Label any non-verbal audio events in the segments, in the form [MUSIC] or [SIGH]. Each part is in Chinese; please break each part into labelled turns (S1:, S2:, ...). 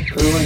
S1: 听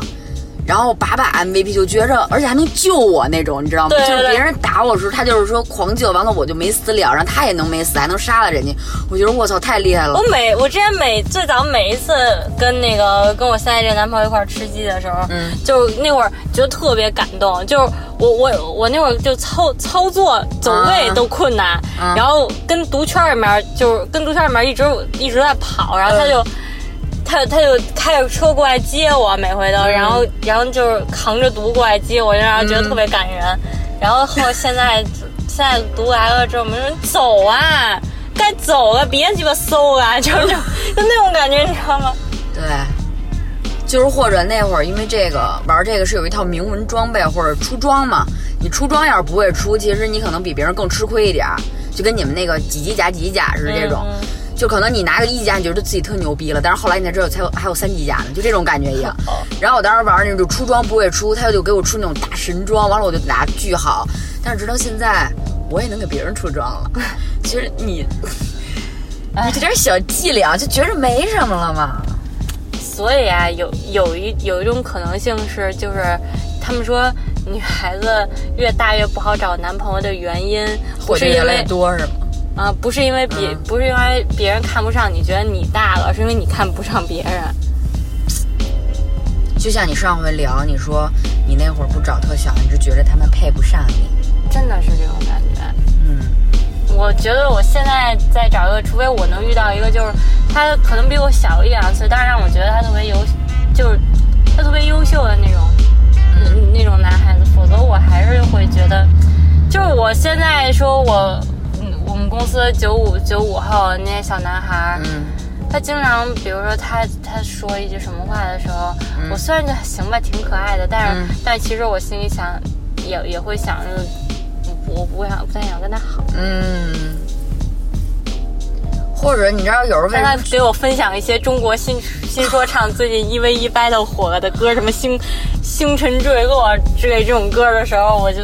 S2: 然后把把 MVP 就觉着，而且还能救我那种，你知道吗？
S3: 对对
S2: 就是
S3: 对
S2: 别人打我的时候，他就是说狂救，完了我就没死了，然后他也能没死，还能杀了人家。我觉得我操，太厉害了
S3: 我。每我之前每最早每一次跟那个跟我现在这男朋友一块儿吃鸡的时候，
S2: 嗯，
S3: 就那会儿觉得特别感动，就是我我我那会儿就操操作走位
S2: 啊
S3: 都困难，
S2: 啊
S3: 然后跟毒圈里面就是跟毒圈里面一直一直在跑，然后
S2: 嗯
S3: 他就。他他就开着车过来接我，每回都，然后
S2: 嗯
S3: 然后就是扛着毒过来接我，就让人觉得特别感人。然后后现在现在毒来了之后，我们说你走啊，该走了，别鸡巴搜了，就是
S2: [LAUGHS]
S3: 就就那种感觉，你知道吗？
S2: 对，就是或者那会儿因为这个玩这个是有一套铭文装备或者出装嘛，你出装要是不会出，其实你可能比别人更吃亏一点儿，就跟你们那个几级甲几级甲似的这种。
S3: 嗯
S2: 就可能你拿个一级甲，你觉得自己特牛逼了，但是后来你才知道才有还有三级甲呢，就这种感觉一样。
S3: 哦
S2: 然后我当时玩那种就出装不会出，他就给我出那种大神装，完了我就打巨好。但是直到现在，我也能给别人出装了。 [LAUGHS] 其实你，
S3: 哎
S2: 你这点小伎俩就觉着没什么了嘛。
S3: 所以啊，有有一有一种可能性是，就是他们说女孩子越大越不好找男朋友的原因，不
S2: 我
S3: 是
S2: 这越
S3: 因
S2: 来
S3: 为
S2: 越多是吗？
S3: 啊、不是因为别、
S2: 嗯
S3: 不是因为别人看不上你，觉得你大了，是因为你看不上别人。
S2: 就像你上回聊，你说你那会儿不找特小，你是觉得他们配不上你。
S3: 真的是这种感觉。
S2: 嗯，
S3: 我觉得我现在再找一个，除非我能遇到一个，就是他可能比我小一两岁，但是让我觉得他特别优，就是他特别优秀的那种，嗯、那种男孩子。否则我还是会觉得，就是我现在说我，嗯我们公司九五九五后那些小男孩儿，
S2: 嗯，
S3: 他经常，比如说他他说一句什么话的时候，我虽然觉得行吧，挺可爱的，但是、
S2: 嗯
S3: 但其实我心里想，也也会想着，我我不想不太想跟他好，
S2: 嗯，或者你知道有时候为
S3: 让他
S2: 什么？
S3: 给我分享一些中国新新说唱最近一 v 一 battle 火了的歌，什么星星辰坠落之类这种歌的时候，我就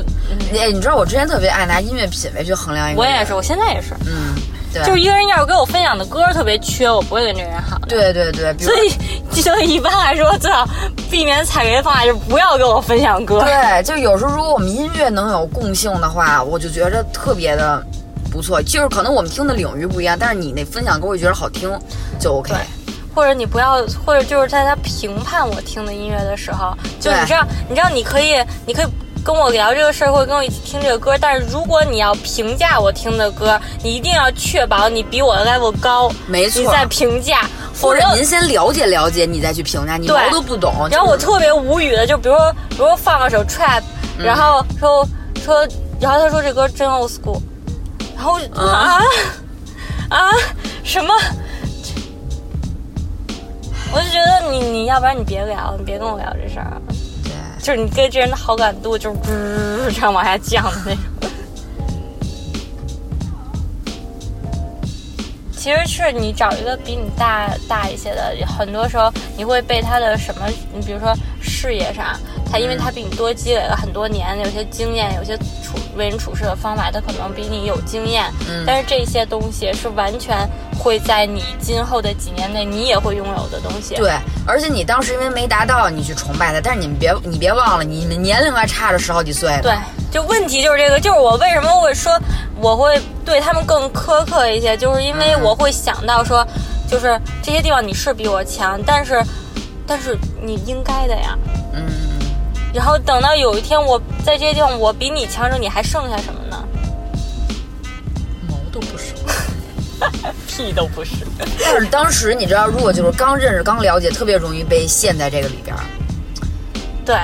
S2: 哎，你知道我之前特别爱拿音乐品味去衡量一个
S3: 我
S2: 人，
S3: 也是，我现在也是，
S2: 嗯，哎对，
S3: 就是一个人要是给我分享的歌特别缺，我不会跟这个人好的。
S2: 对对对，比如
S3: 所以，所以一般来说，最好避免踩雷的方法是不要跟我分享歌。
S2: 对，啊就有时候如果我们音乐能有共性的话，我就觉得特别的不错。就是可能我们听的领域不一样，但是你那分享给我就觉得好听，就 OK。
S3: 或者你不要，或者就是在他评判我听的音乐的时候，就
S2: 对
S3: 你知道，你知道你可以，你可以跟我聊这个事儿，或者跟我一起听这个歌。但是如果你要评价我听的歌，你一定要确保你比我的 level 高，
S2: 没错
S3: 你再评价，
S2: 或
S3: 否则
S2: 者。您先了解了解，你再去评价，你
S3: 对
S2: 毛都不懂。
S3: 然后我特别无语的，就比如说，比如说放了首 trap，、然后说说，然后他说这歌真 old school，然后我就、啊啊什么？我就觉得你你要不然你别聊，你别跟我聊这事儿啊，
S2: 对
S3: 就是你对这人的好感度就是噗这样往下降的那种。其实是你找一个比你大大一些的，很多时候你会被他的什么，你比如说事业上，他
S2: 嗯
S3: 因为他比你多积累了很多年，有些经验，有些处为人处事的方法，他可能比你有经验。
S2: 嗯
S3: 但是这些东西是完全会在你今后的几年内你也会拥有的东西。
S2: 对，而且你当时因为没达到，你去崇拜他，但是你们别你别忘了，你们年龄还差着十好几岁呢。
S3: 对，就问题就是这个，就是我为什么会说我会对他们更苛刻一些，就是因为我会想到说，就是这些地方你是比我强，但是，但是你应该的呀。
S2: 嗯，
S3: 然后等到有一天我在这些地方我比你强时，你还剩下什么呢？
S2: 嗯，
S3: 都不是， [LAUGHS] 屁都不是。
S2: 但是当时你知道，如果就是刚认识、刚了解，特别容易被陷在这个里边儿。嗯
S3: 对，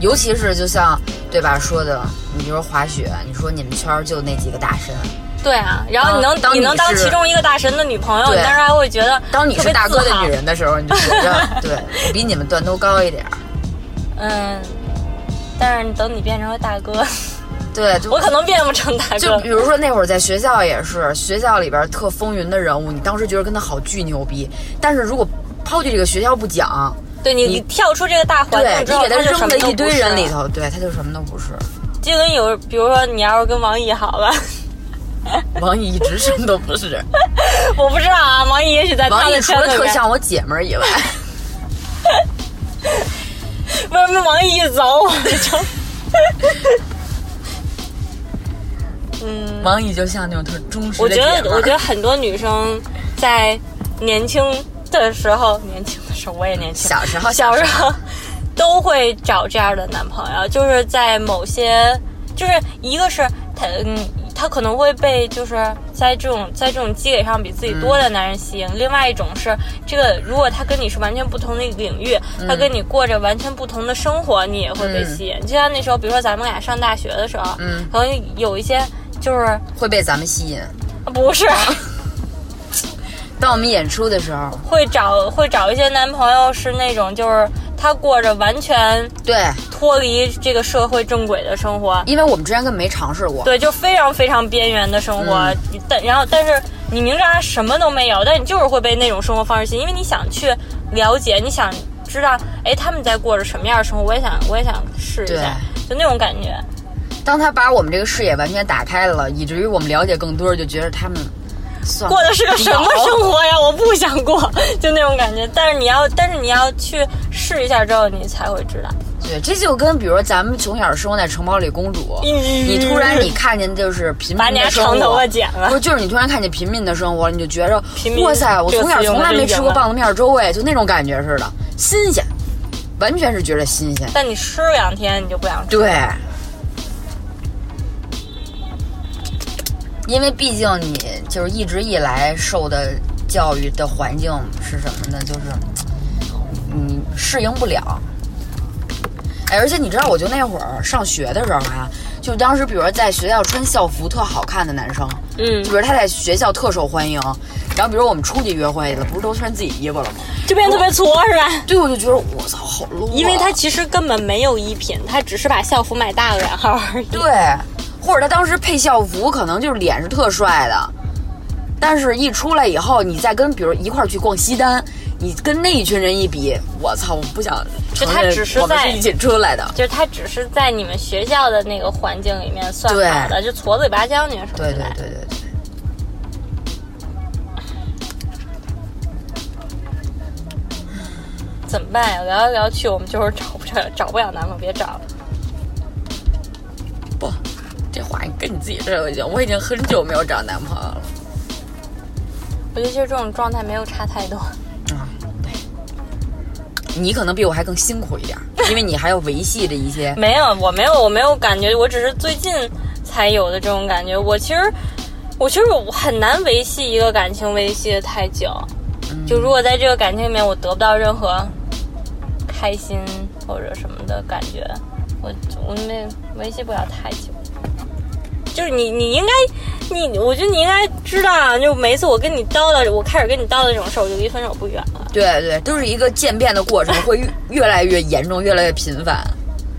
S2: 尤其是就像对吧说的，你比如说滑雪，你说你们圈儿就那几个大神，
S3: 对啊。然后你能
S2: 当当
S3: 你能
S2: 你
S3: 当
S2: 是
S3: 其中一个大神的女朋友，
S2: 对啊
S3: 你当时还会觉得
S2: 当你
S3: 特
S2: 是
S3: 别
S2: 大哥
S3: 自
S2: 的
S3: 豪
S2: 女。人的时候，你就觉着
S3: [LAUGHS]
S2: 对我比你们段都高一点儿。
S3: 嗯，但是等你变成了大哥，
S2: 对， [LAUGHS] 就
S3: 我可能变不成大
S2: 就
S3: 哥
S2: 比。如说那会儿在学校也是，学校里边儿特风云的人物，你当时觉得跟他好巨牛逼，但是如果抛去这个学校不讲，
S3: 对你，
S2: 你
S3: 你跳出这个大环
S2: 对
S3: 境
S2: 你
S3: 之后，
S2: 给他
S3: 就
S2: 扔
S3: 什
S2: 在
S3: 么都
S2: 一
S3: 不
S2: 堆
S3: 是
S2: 人
S3: 了
S2: 里头，对他就什么都不是。
S3: 就跟有，比如说你要是跟王毅好了，
S2: 王毅一直什么都不是，
S3: 我不知道啊，王毅也许在他
S2: 王
S3: 的
S2: 毅除
S3: 圈
S2: 了
S3: 子里
S2: 特
S3: 面，
S2: 像我姐们儿以外，
S3: 为什么王毅一走我就， [LAUGHS] 嗯，
S2: [LAUGHS] 王毅就像那种特忠实
S3: 我
S2: 的
S3: 觉
S2: 姐们
S3: 得
S2: 儿
S3: 我觉得很多女生在年轻的时候，年轻的时候我也年轻，
S2: 小时候
S3: 小时候 [LAUGHS] 都会找这样的男朋友，就是在某些，就是一个是他，嗯，他可能会被就是在这种在这种积累上比自己多的男人吸引；，另外一种是这个，如果他跟你是完全不同的一个领域，他跟你过着完全不同的生活，你也会被吸引。就像那时候，比如说咱们俩上大学的时候，
S2: 嗯
S3: 可能有一些就是啊
S2: 会被咱们吸引。
S3: 不是。
S2: 当我们演出的时候，
S3: 会找会找一些男朋友是那种就是他过着完全
S2: 对，
S3: 脱离这个社会正轨的生活，
S2: 因为我们之前根本没尝试过，
S3: 对，就非常非常边缘的生活。
S2: 嗯
S3: 但然后但是你明知道他什么都没有，但你就是会被那种生活方式吸引，因为你想去了解，你想知道，哎，他们在过着什么样的生活，我也想我也想试一下，就那种感觉。
S2: 当他把我们这个视野完全打开了，以至于我们了解更多，就觉得他们算了
S3: 过的是个什么
S2: 屌
S3: 生活呀？我不想过，就那种感觉。但是你要，但是你要去试一下之后，你才会知道。
S2: 对，这就跟比如说咱们从小生活在城堡里公主，
S3: 嗯
S2: 你突然你看见就是贫
S3: 把
S2: 民
S3: 你家
S2: 的生
S3: 长头发
S2: 活，
S3: 剪了
S2: 不。是就是你突然看见贫民的生活，你就觉着
S3: 平民
S2: 哇塞，我
S3: 这个
S2: 从小
S3: 词用
S2: 从
S3: 得
S2: 来
S3: 真
S2: 没吃
S3: 准
S2: 过
S3: 啊
S2: 棒子面粥哎，就那种感觉似的，新鲜，完全是觉得新鲜。
S3: 但你吃两天你就不想吃。
S2: 对，因为毕竟你就是一直以来受的教育的环境是什么呢？就是你适应不了。哎，而且你知道，我就那会儿上学的时候啊，就当时比如说在学校穿校服特好看的男生，
S3: 嗯
S2: 就比如他在学校特受欢迎，然后比如我们出去约会去了，不是都穿自己衣服了吗？
S3: 就变得特别挫是吧？
S2: 对，我就觉得我操，好 low 啊、
S3: 因为他其实根本没有衣品，他只是把校服买大了两号而已。
S2: 对，或者他当时配校服，可能就是脸是特帅的，但是一出来以后，你再跟比如一块儿去逛西单，你跟那一群人一比，我操，我不想
S3: 就
S2: 承
S3: 他
S2: 认
S3: 只是
S2: 我们
S3: 在
S2: 是一起出来的。
S3: 就是他只是在你们学校的那个环境里面算
S2: 对
S3: 好的，就矬子里拔将军什么
S2: 对
S3: 的。
S2: 对对对对。
S3: 怎么办呀？聊来聊去，我们就是找不着，找不了男朋友，别找了。
S2: 不，这话你跟你自己说就行。我已经很久没有找男朋友了。
S3: 我觉得就是这种状态没有差太多。
S2: 啊，对，你可能比我还更辛苦一点儿，因为你还要维系着一
S3: [LAUGHS]
S2: 些。
S3: 没有，我没有，我没有感觉，我只是最近才有的这种感觉。我其实，我其实我很难维系一个感情维系的太久。就如果在这个感情里面我得不到任何开心或者什么的感觉，我我没维系不了太久。就是你，你应该，你，我觉得你应该知道啊，就每一次我跟你叨叨，我开始跟你叨叨这种事儿，我就离分手不远了。
S2: [LAUGHS] 对对，都是一个渐变的过程，会越越来越严重，越来越频繁。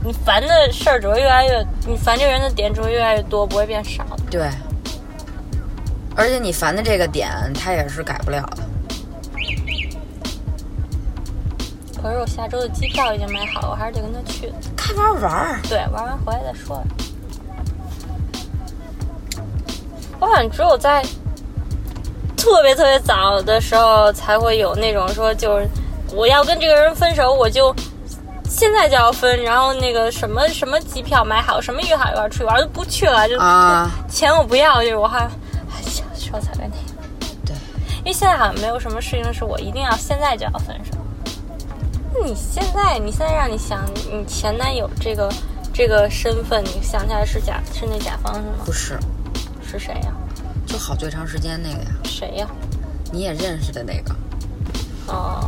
S3: 你烦的事儿只会越来越，你烦这个人的点只会越来越多，不会变少的。
S2: 对，而且你烦的这个点，他也是改不了的。
S3: 可是我下周的机票已经买好了，我还是得跟他去。
S2: 开玩儿玩儿，
S3: 对，玩完回来再说。我好像只有在特别特别早的时候才会有那种说，就是我要跟这个人分手，我就现在就要分，然后那个什么什么机票买好，什么约好一块儿出去玩，就不去了，就
S2: 啊
S3: 钱我不要，就是我还哎还小时候才会那样。
S2: 对，
S3: 因为现在好像没有什么事情是我一定要现在就要分手。那你现在，你现在让你想你前男友这个这个身份，你想起来是甲是那甲方是吗？
S2: 不是，
S3: 是谁呀、
S2: 都好最长时间那个呀，
S3: 谁呀？
S2: 你也认识的那个。
S3: 哦，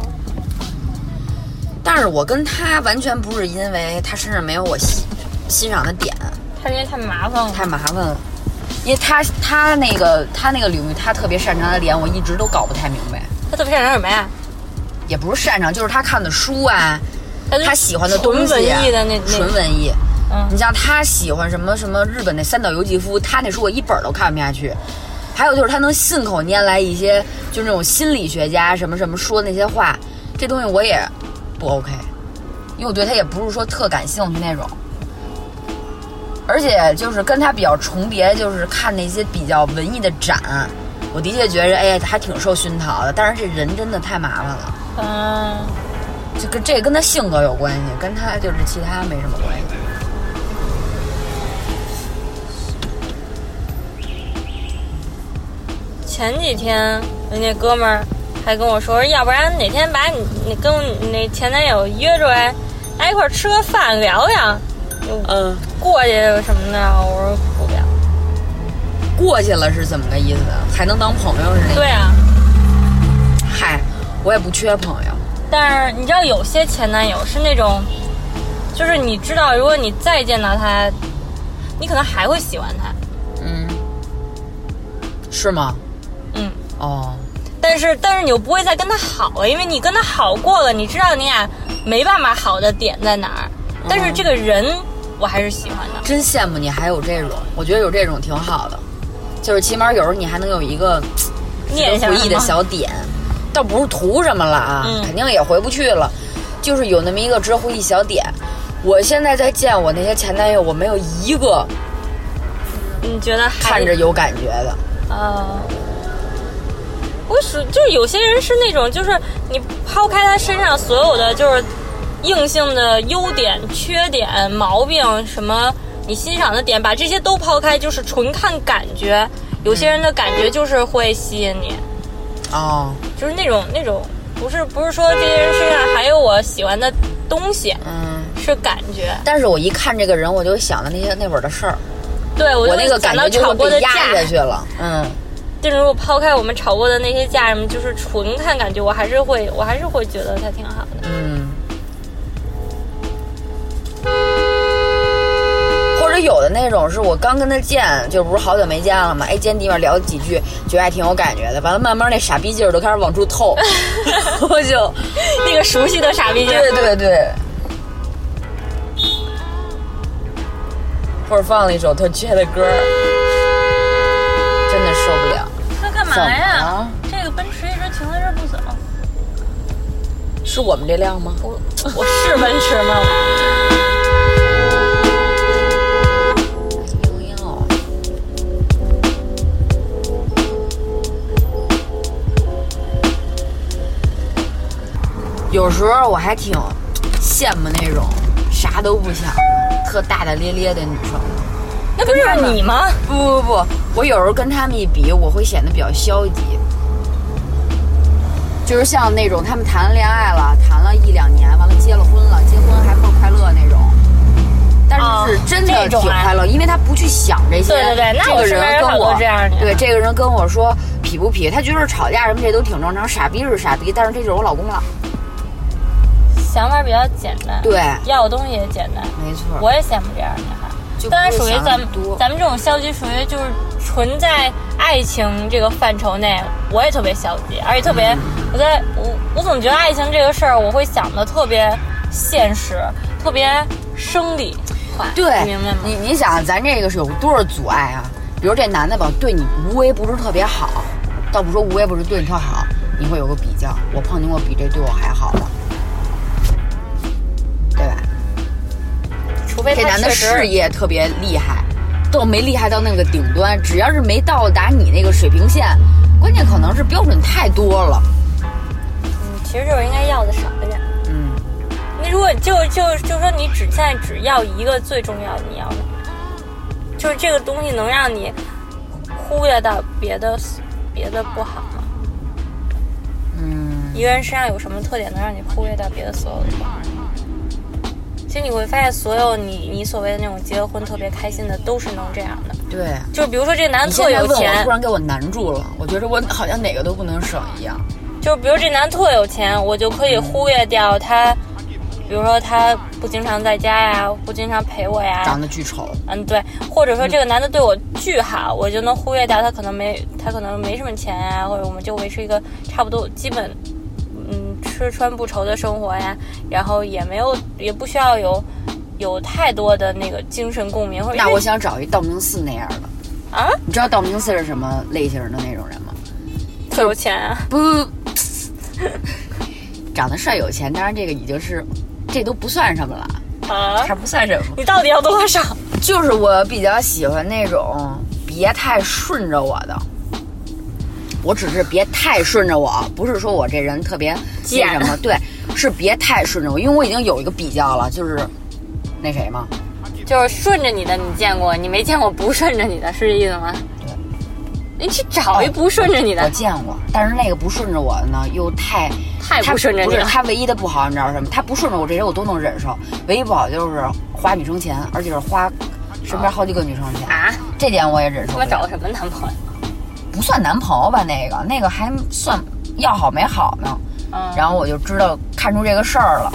S2: 但是我跟他完全不是因为他身上没有我欣欣赏的点，
S3: 他因为太麻烦了。
S2: 太麻烦了。因为他他那个他那个领域他特别擅长的点，我一直都搞不太明白，
S3: 他特别擅长什么呀？
S2: 也不是擅长，就是他看的书啊，
S3: 他就
S2: 他喜欢的东西、啊
S3: 纯文艺的那那
S2: 纯文艺。
S3: 嗯
S2: 你像他喜欢什么什么日本那三岛由纪夫，他那书我一本儿都看不下去。还有就是他能信口拈来一些就那种心理学家什么什么说的那些话，这东西我也不 OK，因为我对他也不是说特感兴趣那种。而且就是跟他比较重叠，就是看那些比较文艺的展，我的确觉着哎还挺受熏陶的。但是这人真的太麻烦了。
S3: 嗯，
S2: 这跟这跟他性格有关系，跟他就是其他没什么关系。
S3: 前几天人家哥们儿还跟我说，要不然哪天把你你跟我你那前男友约出来，来一块儿吃个饭聊聊，
S2: 嗯，
S3: 过去什么的。我说不聊。
S2: 过去了是怎么个意思？啊还能当朋友是那？
S3: 对，啊，
S2: 嗨，我也不缺朋友。
S3: 但是你知道有些前男友是那种，就是你知道，如果你再见到他，你可能还会喜欢他，
S2: 嗯，是吗？
S3: 嗯。
S2: 哦，
S3: 但是但是你又不会再跟他好了，因为你跟他好过了，你知道你俩没办法好的点在哪儿。但是这个人我还是喜欢的，
S2: 真羡慕你还有这种，我觉得有这种挺好的，就是起码有时候你还能有一个
S3: 念想
S2: 回忆的
S3: 吗
S2: 小点，倒不是图什么了啊，
S3: 嗯
S2: 肯定也回不去了，就是有那么一个值回忆小点。我现在在见我那些前男友，我没有一个
S3: 你觉得还
S2: 看着有感觉的。
S3: 呃，我属就是有些人是那种，就是你抛开他身上所有的就是硬性的优点、缺点、毛病什么，你欣赏的点，把这些都抛开，就是纯看感觉。有些人的感觉就是会吸引你，
S2: 哦，
S3: 就是那种那种，不是不是说这些人身上还有我喜欢的东西，
S2: 嗯，
S3: 是感觉。
S2: 但是我一看这个人，我就想到那些那会儿的事儿，
S3: 对我
S2: 我
S3: 就
S2: 那个
S3: 会
S2: 感
S3: 想到
S2: 觉就
S3: 吵
S2: 会
S3: 过的
S2: 被
S3: 架
S2: 压，下去了。嗯，
S3: 但是如果抛开我们吵过的那些架什么，就是纯看感觉，我还是会，我还是会觉得他挺好的。
S2: 嗯，或者有的那种是我刚跟他见，就不是好久没见了嘛，哎，见地方聊几句，觉得还挺有感觉的。完了，慢慢那傻逼劲儿都开始往出透， [LAUGHS] 我就
S3: [LAUGHS] 那个熟悉的傻逼劲儿
S2: 对对对。或者放了一首他缺的歌儿，真的受不了。
S3: 他干嘛
S2: 怎么
S3: 呀
S2: 了？
S3: 这个奔驰一直停在这儿不走。
S2: 是我们这辆吗？
S3: 我 [LAUGHS] 我是奔驰吗？
S2: 零幺。有时候我还挺羡慕那种啥都不想的、特大大咧咧的女生。
S3: 那不就是你吗？
S2: 不不不，我有时候跟他们一比，我会显得比较消极。就是像那种他们谈了恋爱了，谈了一两年，完了结了婚了，结婚还不快乐那种。但
S3: 哦
S2: 是是真的
S3: 这种
S2: 挺
S3: 啊
S2: 快乐，因为他不去想这些。
S3: 对对对那
S2: 这
S3: 我
S2: 个
S3: 身边
S2: 人
S3: 有好
S2: 跟
S3: 多
S2: 我
S3: 这样的
S2: 对这个人跟我说匹不匹，他觉得吵架什么这都挺正常，傻逼是傻逼，但是这就是我老公了。
S3: 想法比较简单，
S2: 对，
S3: 要的东西也简单。
S2: 没错。
S3: 我也羡慕这样的女孩。
S2: 嗯就不
S3: 当然
S2: 会
S3: 属于
S2: 想
S3: 咱
S2: 那
S3: 们
S2: 么多
S3: 咱们这种消极，属于就是纯在爱情这个范畴内，我也特别消
S2: 嗯
S3: 极，而且特别，我在我我总觉得爱情这个事儿，我会想的特别现实，特别生理化，
S2: 对，
S3: 你明白吗？
S2: 你你想，咱这个是有多少阻碍啊？比如这男的吧，对你无微不至特别好，倒不说无微不至对你特好，你会有个比较，我碰见过比这对我还好的，对吧？
S3: 除非
S2: 这
S3: 哎他
S2: 男的
S3: 确实
S2: 事业特别厉害，都没厉害到那个顶端，只要是没到达你那个水平线，关键可能是标准太多了。
S3: 嗯其实就是应该要的少一点。
S2: 嗯，
S3: 那如果就就就说你只现在只要一个最重要的你要的，就是这个东西能让你忽略到别的别的不好吗？
S2: 嗯，
S3: 一个人身上有什么特点能让你忽略掉别的所有的？其实你会发现，所有你你所谓的那种结了婚特别开心的，都是能这样的。
S2: 对，
S3: 就比如说这个男
S2: 你
S3: 的
S2: 现
S3: 特
S2: 在
S3: 有
S2: 问我，
S3: 钱
S2: 突，然给我难住了。我觉得我好像哪个都不能省一样。
S3: 就比如这男的特有钱，我就可以忽略掉他，比如说他不经常在家呀，不经常陪我呀，
S2: 长得巨丑，
S3: 嗯，对，或者说这个男的对我巨好，我就能忽略掉他可能没他可能没什么钱啊，或者我们就维持一个差不多基本，嗯，吃穿不愁的生活呀，然后也没有也不需要有有太多的那个精神共鸣，或者
S2: 那
S3: 因为
S2: 我想找一道明寺那样的。
S3: 啊
S2: 你知道道明寺是什么类型的那种人吗？
S3: 特有钱啊，
S2: 不，长得帅有钱，当然这个已经是，这都不算什么了，
S3: 啊，
S2: 还不算什么。
S3: 你到底要多少？ [LAUGHS]
S2: 就是我比较喜欢那种别太顺着我的，我只是别太顺着我，不是说我这人特别
S3: 贱
S2: 那什么，对，是别太顺着我，因为我已经有一个比较了，就是那谁嘛，
S3: 就是顺着你的你见过，你没见过不顺着你的，是这意思吗？你去找一不顺着你的
S2: 我，见过，但是那个不顺着我的呢，又太
S3: 太不顺着
S2: 不
S3: 你
S2: 是
S3: 了。
S2: 他唯一的不好，你知道是什么？他不顺着我这些我都能忍受，唯一不好就是花女生钱，而且是花身边好几个女生钱，
S3: 啊，
S2: 这点我也忍
S3: 他
S2: 受不
S3: 妈
S2: 了。
S3: 找个什么男朋友？
S2: 不算男朋友吧，那个那个还算要好没好呢。
S3: 嗯，
S2: 然后我就知道看出这个事儿了，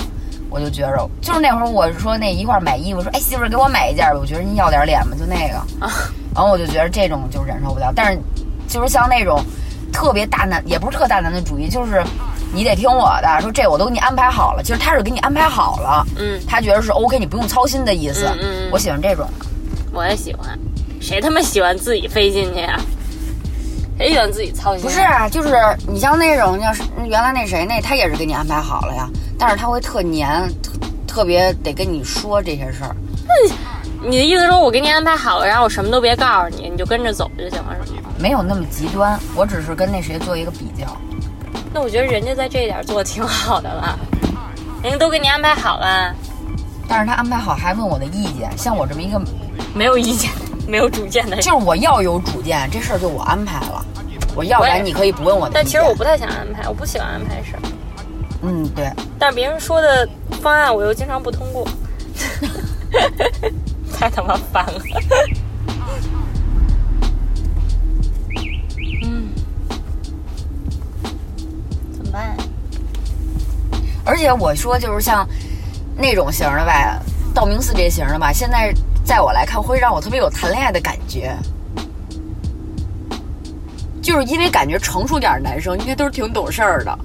S2: 我就觉着就是那会儿我说那一块儿买衣服，说哎媳妇儿给我买一件吧，我觉得你要点脸吧，就 [LAUGHS] 那个
S3: 啊
S2: 然后我就觉得这种就忍受不了，但是就是像那种特别大男，也不是特大男子主义，就是你得听我的，说这我都给你安排好了，其实他是给你安排好了，
S3: 嗯，
S2: 他觉得是 OK，你不用操心的意思。
S3: 嗯嗯嗯
S2: 我喜欢这种，
S3: 我也喜欢，谁他妈喜欢自己飞进去呀、谁喜欢自己操心？
S2: 不是，啊，就是你像那种叫是原来那谁那他也是给你安排好了呀，但是他会特黏，特特别得跟你说这些事儿。
S3: 你的意思说我给你安排好了，然后我什么都别告诉你，你就跟着走就行了，是吗？
S2: 没有那么极端，我只是跟那谁做一个比较。
S3: 那我觉得人家在这一点做得挺好的了，人家都给你安排好了，
S2: 但是他安排好还问我的意见，像我这么一个，
S3: 没有意见、没有主见的人。
S2: 就是我要有主见，这事儿就我安排了。我要不
S3: 我
S2: 然
S3: 也
S2: 你可以不问我的
S3: 但
S2: 意见。
S3: 其实我不太想安排，我不喜欢安排事儿，
S2: 嗯，对，
S3: 但是别人说的方案我又经常不通过， [LAUGHS] 太他妈烦了。嗯，怎么办？
S2: 而且我说就是像那种型儿的吧，道明寺这型儿的吧，现在在我来看会让我特别有谈恋爱的感觉，就是因为感觉成熟点儿的男生应该都是挺懂事儿的，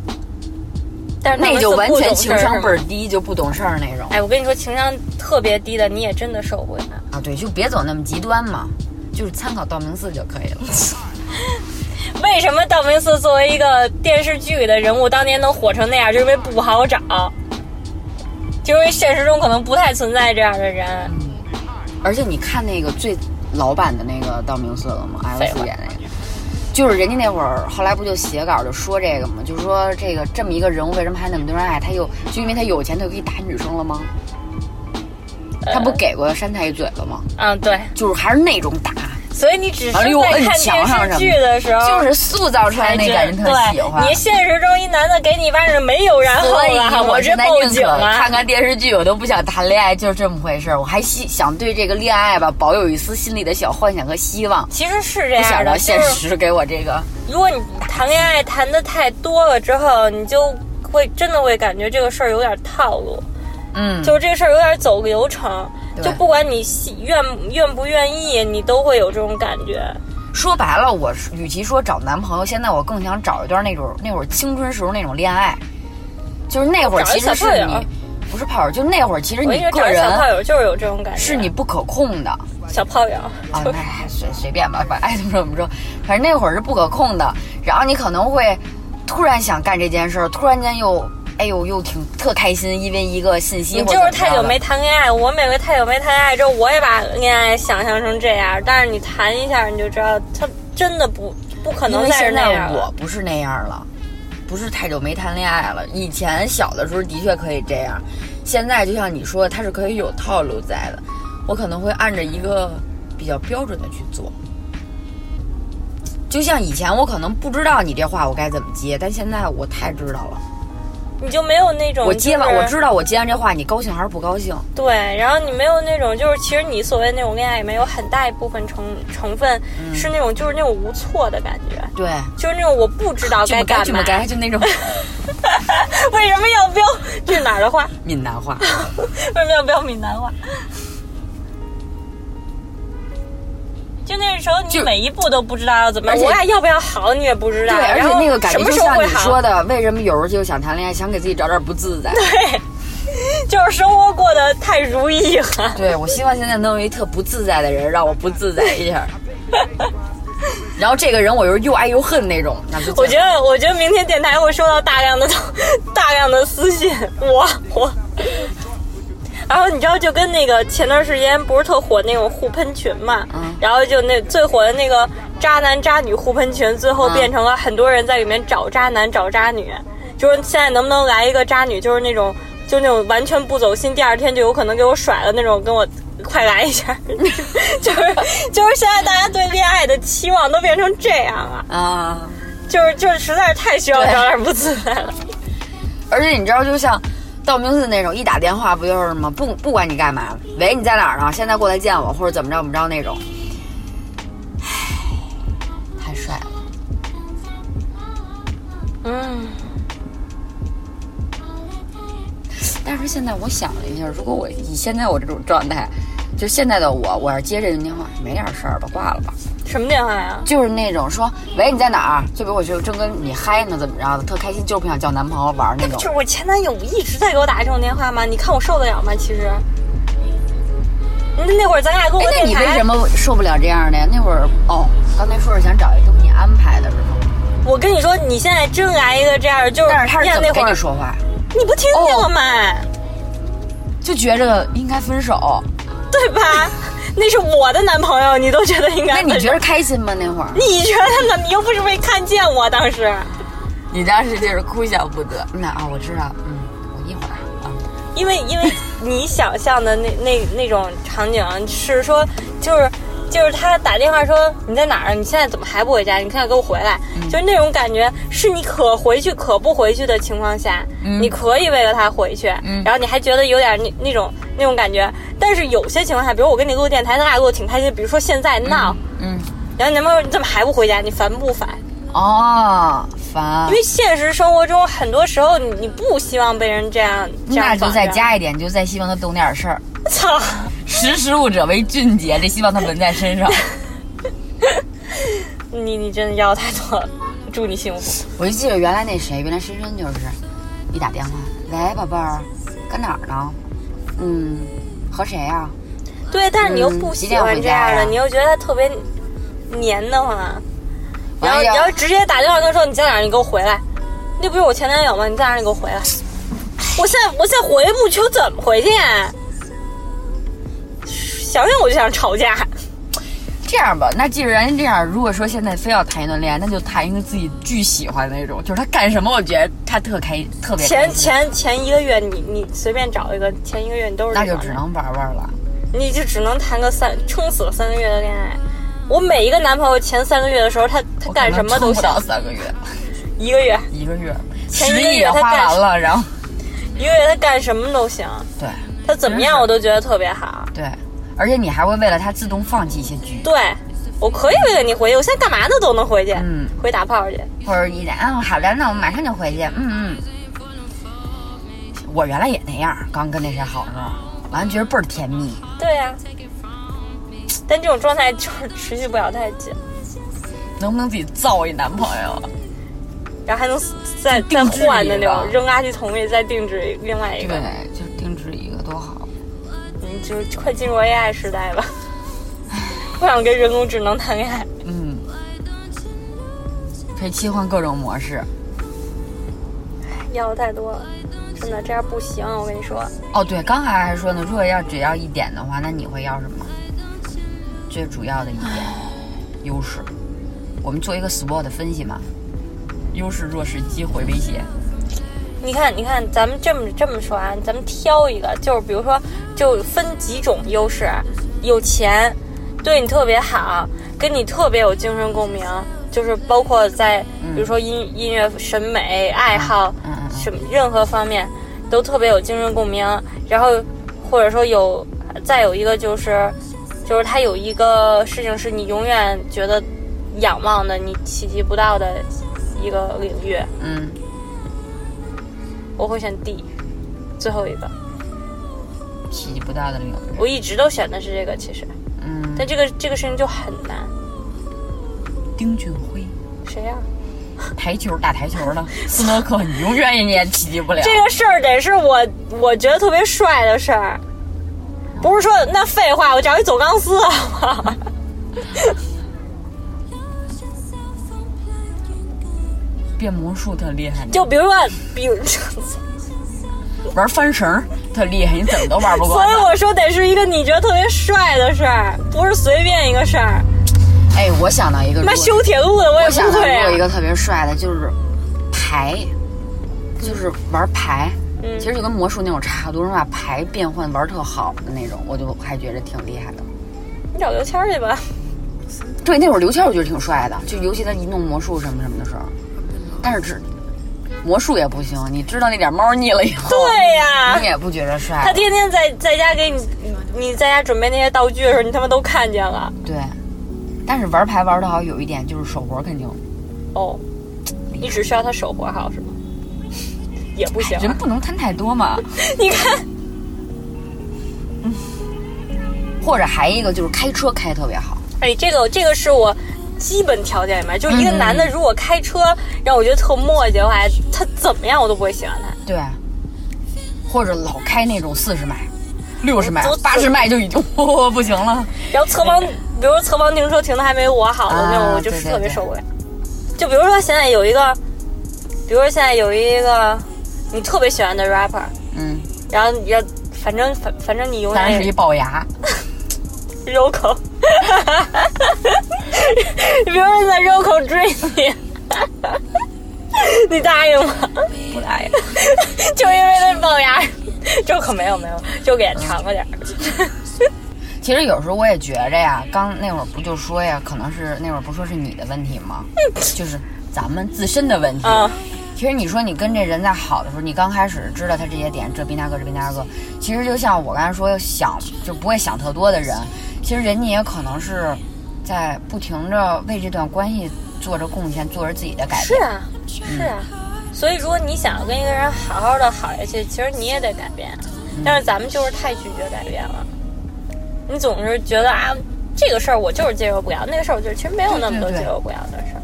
S3: 但是
S2: 那就完全情商倍
S3: 儿。
S2: 儿低，就不懂事儿那种
S3: 哎，我跟你说，情商特别低的，你也真的受不了。
S2: 啊。对，就别走那么极端嘛，就是参考道明寺就可以了。
S3: 为什么道明寺作为一个电视剧里的人物，当年能火成那样，就是因为不好找，就因为现实中可能不太存在这样的人。
S2: 而且你看那个最老版的那个道明寺了吗
S3: 废
S2: ？F
S3: 话
S2: 四演那个，就是人家那会儿后来不就写稿就说这个嘛，就说这个这么一个人物为什么还那么多人爱他又？就因为他有钱，他就可以打女生了吗？
S3: 呃
S2: 他不给过山菜一嘴了吗？
S3: 嗯，对，
S2: 就是还是那种打，
S3: 所以你只是在
S2: 完了又啊哎摁
S3: 看
S2: 墙
S3: 电视
S2: 上什么
S3: 剧的时候，
S2: 就是塑造出
S3: 才
S2: 来那
S3: 觉
S2: 感觉特喜欢
S3: 呃对，。你现实中一男的给你一巴掌没有然后
S2: 所以
S3: 了，
S2: 我
S3: 啊我这
S2: 现在
S3: 报
S2: 宁
S3: 警啊
S2: 可
S3: 了。
S2: 看看电视剧，我都不想谈恋爱，就是这么回事儿。我还希想对这个恋爱吧，保有一丝心里的小幻想和希望，
S3: 其实是这
S2: 不想
S3: 样
S2: 让
S3: 的，
S2: 现
S3: 啊就是
S2: 实给我这个。
S3: 如果你谈恋爱谈的太多了之后，你就会真的会感觉这个事儿有点套路，
S2: 嗯，
S3: 就是这个事儿有点走流程，
S2: 对
S3: 就不管你喜愿愿不愿意，你都会有这种感觉。
S2: 说白了，我是与其说找男朋友，现在我更想找一段那种那会儿青春时候那种恋爱，就是那会儿
S3: 找
S2: 其
S3: 一
S2: 实
S3: 小炮
S2: 是
S3: 友
S2: 你不是炮友，就是那会儿其实
S3: 我跟
S2: 你
S3: 你说，
S2: 个
S3: 找一小炮
S2: 人
S3: 友就是有这种感觉，
S2: 是你不可控的啊，
S3: 小炮友，
S2: 那还随随便吧，反正爱怎么说怎么说，反正那会儿是不可控的。然后你可能会突然想干这件事儿，突然间又哎呦又挺特开心，因为一个信息
S3: 你
S2: 或
S3: 就是
S2: 者怎么
S3: 太
S2: 着
S3: 久
S2: 的
S3: 没谈恋爱，我每回太久没谈恋爱之后，我也把恋爱想象成这样。但是你谈一下，你就知道他真的不不可
S2: 因
S3: 能
S2: 为
S3: 再是
S2: 现
S3: 那
S2: 在
S3: 样
S2: 我
S3: 了。
S2: 不是那样了，不是太久没谈恋爱了。以前小的时候的确可以这样，现在就像你说，它是可以有套路在的。我可能会按着一个比较标准的去做。就像以前我可能不知道你这话我该怎么接，但现在我太知道了。
S3: 你就没有那种、
S2: 我
S3: 就是、
S2: 接完，我知道我接完这话，你高兴还是不高兴？
S3: 对，然后你没有那种，就是其实你所谓那种恋爱，里面有很大一部分成成分
S2: 嗯
S3: 是那种，就是那种无措的感觉，
S2: 对，
S3: 就是那种我不知道
S2: 就
S3: 该干
S2: 就
S3: 嘛
S2: 啊不，该就那种
S3: [LAUGHS] 为什么要标 [LAUGHS] 这哪儿的话？
S2: 闽南话。
S3: [LAUGHS] 为什么要标闽南话？就那时候，你
S2: 就
S3: 每一步都不知道要怎么，
S2: 而且
S3: 我爱要不要好，你也不知道。
S2: 对，而
S3: 然
S2: 且
S3: 后
S2: 那个感觉
S3: 什么
S2: 就
S3: 时候
S2: 像
S3: 会
S2: 你
S3: 好？ [LAUGHS]
S2: 说的，为什么有时候就想谈恋爱，想给自己找点不自在？
S3: 就是生活过得太如意了。
S2: 对，我希望现在能有一特不自在的人，让我不自在
S3: [LAUGHS]
S2: 一下。然后这个人，我又又爱又恨那种。那就
S3: 我觉得，我觉得明天电台会收到大量的 [LAUGHS] 大量的私信， [LAUGHS] 我我。然后你知道，就跟那个前段时间不是特火那种互喷群嘛，
S2: 嗯
S3: 然后就那最火的那个渣男渣女互喷群，最后
S2: 嗯
S3: 变成了很多人在里面找渣男找渣女，就是现在能不能来一个渣女，就是那种就那种完全不走心，第二天就有可能给我甩了那种，跟我快来一下， [LAUGHS] 就是就是现在大家对恋爱的期望都变成这样了。
S2: 得啊，
S3: 就是就是实在是太需要
S2: 对
S3: 找点不自在了。
S2: 而且你知道，就像道明寺那种，一打电话不就是吗？不不管你干嘛，喂，你在哪儿呢？现在过来见我，或者怎么着怎么着那种。唉，太帅了。
S3: 嗯，
S2: 但是现在我想了一下，如果我以现在我这种状态，就现在的我，我要是接这个电话，没点事儿吧，挂了吧。
S3: 什么电话呀？
S2: 就是那种说，喂，你在哪儿？就比如我就正跟你嗨呢，怎么着的，特开心，就是不想叫男朋友玩儿那
S3: 就
S2: 种
S3: 是。我前男友一直在给我打这种电话吗？你看我受得了吗？其实，那那会儿咱俩跟
S2: 哎
S3: 我，
S2: 那
S3: 电
S2: 你为
S3: 台，
S2: 什么受不了这样的呀？那会儿哦，刚才说是想找一个给你安排的是吗？
S3: 我跟你说，你现在真来一个这样，就是
S2: 但是他是
S3: 呀
S2: 怎
S3: 那
S2: 么
S3: 会
S2: 跟
S3: 儿
S2: 你，哦说话？
S3: 你不听见我吗？
S2: 就觉着应该分手。
S3: 对吧？那是我的男朋友，你都觉得应
S2: 那
S3: 该？
S2: 你觉？得开心吗？那会儿
S3: 你觉得呢？你又不是没看见我当时。
S2: 你当时就是哭笑不得。那啊，我知道，嗯，我一会儿啊，
S3: 因为因为你想象的那那那种场景是说，就是就是他打电话说你在哪儿？你现在怎么还不回家？你快给我回来！
S2: 嗯
S3: 就是那种感觉，是你可回去可不回去的情况下，
S2: 嗯
S3: 你可以为了他回去，
S2: 嗯
S3: 然后你还觉得有点那那种那种感觉。但是有些情况下，比如我跟你录电台，咱俩录得挺开心，比如说现在闹，
S2: 嗯，
S3: 然后你男朋友说你怎么还不回家？你烦不烦？
S2: 哦，烦
S3: 因。为现实生活中很多时候你你不希望被人这样这样
S2: 那就
S3: 绑
S2: 再
S3: 着。啊
S2: 加一点，就再希望他懂点事儿。
S3: [LAUGHS] 操！
S2: 识时务者为俊杰，这希望他纹在
S3: [LAUGHS]
S2: 身上。
S3: 你你真的要太多了，祝你幸福。
S2: 我就记得原来那谁，原来深深就是一打电话，喂，宝贝儿，搁哪儿呢？嗯，和谁啊呀、
S3: 对，但是你又不喜欢这样的，
S2: 嗯
S3: 你又觉得他特别黏的慌。然后
S2: 哎呀
S3: 然后直接打电话跟他说你在哪儿，你给我回来。那不是我前男友吗？你在哪儿，你给我回来。我现在我现在回不去，我怎么回去啊？想想我就想吵架。
S2: 这样吧，那既然这样，如果说现在非要谈一段恋爱，那就谈一个自己巨喜欢的那种，就是他干什么，我觉得他特开，特别开
S3: 前
S2: 心
S3: 前前一个月你你随便找一个，前一个月你都是
S2: 那
S3: 这
S2: 就
S3: 种
S2: 只
S3: 的
S2: 能玩玩了。
S3: 你就只能谈个三，撑死了三个月的恋爱。我每一个男朋友前三个月的时候，他他
S2: 我
S3: 干什
S2: 可能
S3: 么
S2: 撑
S3: 都
S2: 不
S3: 想
S2: 到，三个月，
S3: 一个月
S2: 一个月，
S3: 前一个
S2: 十
S3: 月
S2: 亿也
S3: 他
S2: 花
S3: 干
S2: 完了，然后
S3: 一个月他干什么都行，
S2: 对
S3: 他怎么样我都觉得特别好。
S2: 对，而且你还会为了他自动放弃一些局，
S3: 对，我可以为了你回去，我现在干嘛呢都能回去，
S2: 嗯，
S3: 回打炮去。
S2: 或者一点，嗯，好的，那我马上就回去，嗯嗯。我原来也那样，刚跟那谁好的时候，完了觉得倍儿甜蜜，
S3: 对呀、但这种状态就是持续不了太久，
S2: 能不能自己造一男朋友啊？
S3: 然后还能再再
S2: 定制嗯
S3: 换的
S2: 一
S3: 那
S2: 个
S3: 种，扔垃圾桶里再定制另外一
S2: 对
S3: 个。，
S2: 就定制一个多好。
S3: 你就快进入 AI 时代吧， [LAUGHS] 不想跟人工智能谈恋爱。
S2: 嗯，可以切换各种模式。
S3: 要的太多了，真的这样不行。我跟你说，
S2: 哦，对，刚才还说呢，如果要只要一点的话，那你会要什么？最主要的一点，优势。我们做一个 SWOT 的分析嘛，优势、弱势、机会、威胁。
S3: 你看，你看，咱们这么这么说啊，咱们挑一个，就是比如说，就分几种优势：有钱，对你特别好，跟你特别有精神共鸣，就是包括在比如说音、音乐审美爱好、
S2: 嗯嗯嗯嗯
S3: 什么任何方面都特别有精神共鸣，然后或者说有再有一个就是就是他有一个事情是你永远觉得仰望的，你企及不到的一个领域，
S2: 嗯，
S3: 我会选 D，最后一个，
S2: 体积不大的领域，
S3: 我一直都选的是这个其实，
S2: 嗯，
S3: 但这个这个事情就很难，
S2: 丁俊晖，
S3: 谁呀、
S2: 台球打台球呢，斯诺克，你永远也企及不了。
S3: 这个事儿得是我我觉得特别帅的事儿，不是说那废话，我找一走钢丝好吗？ [LAUGHS]
S2: 变魔术特厉害，
S3: 就比如说，比如， [LAUGHS]
S2: 玩翻绳儿特厉害，你怎么都玩不过
S3: 所。以我说得是一个你觉得特别帅的事儿，不是随便一个事儿。
S2: 哎，我想到一个，
S3: 妈
S2: 如果
S3: 修铁路的我也
S2: 我想
S3: 不
S2: 到
S3: 会
S2: 过一
S3: 啊。
S2: 个特别帅的，就是牌，就是玩牌，
S3: 嗯
S2: 其实就跟魔术那种差不多，人把牌变换玩特好的那种，我就还觉得挺厉害的。
S3: 你找刘谦儿去吧，
S2: 对，那会儿刘谦儿我觉得挺帅的，就尤其他一弄魔术什么什么的时候，
S3: 嗯
S2: 但是只魔术也不行，你知道那点猫腻了以后，
S3: 对呀
S2: 你也不觉得帅
S3: 他
S2: 了。
S3: 天天在在家给你，你在家准备那些道具的时候，你他妈都看见了。
S2: 对，但是玩牌玩的好有一点就是手活肯定
S3: 哦，你只需要他手活好是吗？ [LAUGHS] 也不行啊，
S2: 人不能贪太多嘛。
S3: [LAUGHS] 你看，
S2: 或者还一个就是开车开特别好，
S3: 哎，这个这个是我基本条件里面，就是一个
S2: 嗯
S3: 男的如果开车让我觉得特磨叽的话，他怎么样我都不会喜欢他。
S2: 对，或者老开那种四十迈、六十迈
S3: 走、
S2: 八十迈就已经 [LAUGHS] 哦不行了。
S3: 然后侧方，比如说侧方停车停的还没我好的
S2: 啊
S3: 那种，我就
S2: 对对
S3: 特别
S2: 对
S3: 受不了。就比如说现在有一个，比如说现在有一个你特别喜欢的 rapper，
S2: 嗯，
S3: 然后你要反正反反正你永
S2: 当然
S3: 远
S2: 是一
S3: 也
S2: 龅牙，
S3: Roco，比如说在 Roco 追你， [LAUGHS] 你答应吗？
S2: 不答应。
S3: [LAUGHS] 就因为那龅牙，就可没有没有，就脸长了点儿。
S2: 其实有时候我也觉着呀，刚那会儿不就说呀，可能是那会儿不说是你的问题 [LAUGHS] 吗？就是咱们自身的问题。
S3: 嗯，
S2: 其实你说你跟这人在好的时候，你刚开始知道他这些点，这比那个，这比那个。其实就像我刚才说，想就不会想特多的人，其实人家也可能是在不停着为这段关系做着贡献，做着自己的改
S3: 是
S2: 变。
S3: 啊，是啊。所以如果你想要跟一个人好好的好下去，其实你也得改变。但是咱们就是太拒绝改变了，你总是觉得啊，这个事儿我就是接受不了，那个事儿我就是，其实没有那么多接
S2: 对对对
S3: 受不了的事儿。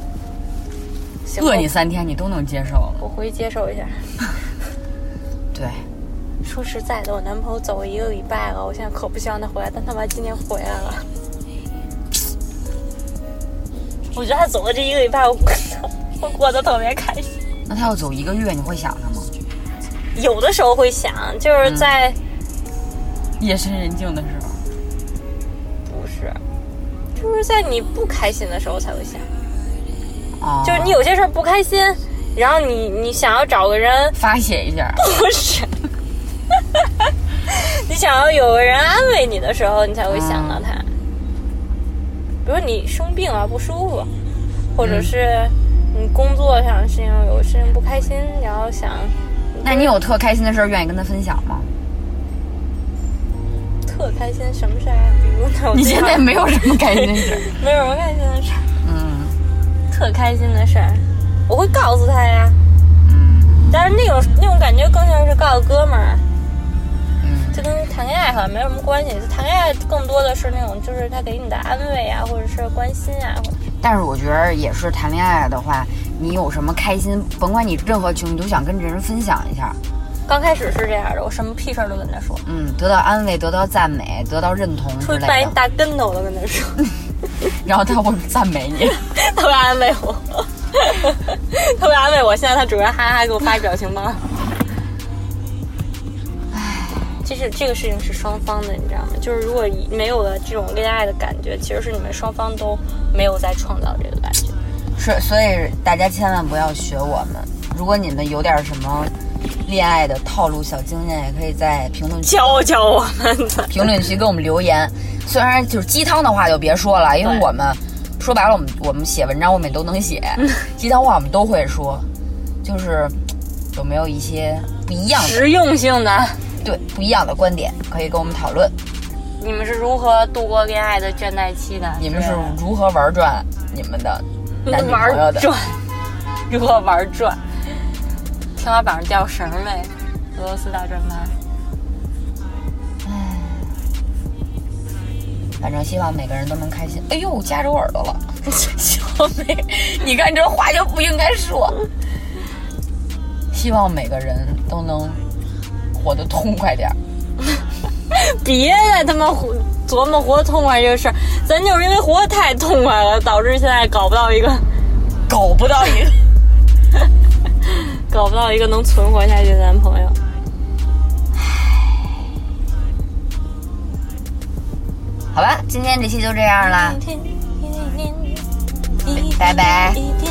S3: 行
S2: 饿你，三天，你都能接受了。
S3: 我我回去接受一下。
S2: 对，
S3: 说实在的，我男朋友走了一个礼拜了，我现在可不希望他回来，但他妈今天回来了。我觉得他走的这一个礼拜，我我过得 [LAUGHS] 特别开心。
S2: 那他要走一个月，你会想他吗？
S3: 有的时候会想，就是在、
S2: 夜深人静的时候，
S3: 不是，就是在你不开心的时候才会想，
S2: 哦，
S3: 就是你有些事儿不开心，然后你你想要找个人
S2: 发泄一下。
S3: 不是， [LAUGHS] 你想要有个人安慰你的时候，你才会想到
S2: 啊
S3: 他。比如你生病了不舒服，或者是
S2: 嗯
S3: 你工作上的事情有事情不开心，然后想
S2: 那你有特开心的事儿愿意跟他分享吗？
S3: 特开心什么事儿啊？比如呢，我
S2: 你
S3: 最
S2: 现在
S3: 近
S2: 没有什么开心的事儿。
S3: 没有什么开心的事儿，
S2: [LAUGHS] 嗯
S3: 特开心的事儿，我会告诉他呀。
S2: 嗯
S3: 但是那种那种感觉更像是告诉哥们儿，
S2: 嗯
S3: 就跟谈恋爱好像没有什么关系。就谈恋爱更多的是那种，就是他给你的安慰啊，或者是关心啊，或者
S2: 但是我觉得也是谈恋爱的话，你有什么开心，甭管你任何情绪，你都想跟这人分享一下。
S3: 刚开始是这样的，我什么屁事儿都跟他说，
S2: 嗯，得到安慰，得到赞美，得到认同之 [LAUGHS]
S3: 出去绊
S2: 类
S3: 一
S2: 的。
S3: 大跟头我都跟他说， [LAUGHS]
S2: 然后他会赞美 [LAUGHS] 你。
S3: 他会安慰我， [LAUGHS] 他会安慰我。现在他主要哈哈给我发表情包。唉，这是这个事情是双方的，你知道吗？就是如果没有了这种恋爱的感觉，其实是你们双方都没有在创造这个感觉。
S2: 是，所以大家千万不要学我们。如果你们有点什么恋爱的套路小经验，也可以在评论区
S3: 教教我们的，
S2: 评论区给我们留言。虽然就是鸡汤的话就别说了，因为
S3: 对
S2: 我们说白了，我
S3: [LAUGHS]
S2: 们我们写文章我们也都能写，鸡汤话我们都会说，就是有没有一些不一样的
S3: 实用性的，
S2: 对不一样的观点可以跟我们讨论？
S3: 你们是如何度过恋爱的倦怠期的？
S2: 你们是如何玩转你们的男女朋
S3: [LAUGHS]
S2: 友
S3: 玩
S2: 的？
S3: 转，如何玩转？ [LAUGHS] 天花板上吊绳儿呗，俄罗斯大转盘。
S2: 反正希望每个人都能开心。哎呦，夹着我耳朵了， [LAUGHS] 小美，你看这话就不应该说。希望每个人都能活得痛
S3: [LAUGHS]
S2: 快点儿。
S3: [LAUGHS] 别再他妈胡琢磨活得痛快这个事儿，咱就是因为活得太痛快了，导致现在搞不到一个 [LAUGHS]
S2: 搞不到一个，
S3: 搞不到一个能存活下去的男朋友。
S2: 好吧，今天这期就这样啦，拜拜。
S3: 一天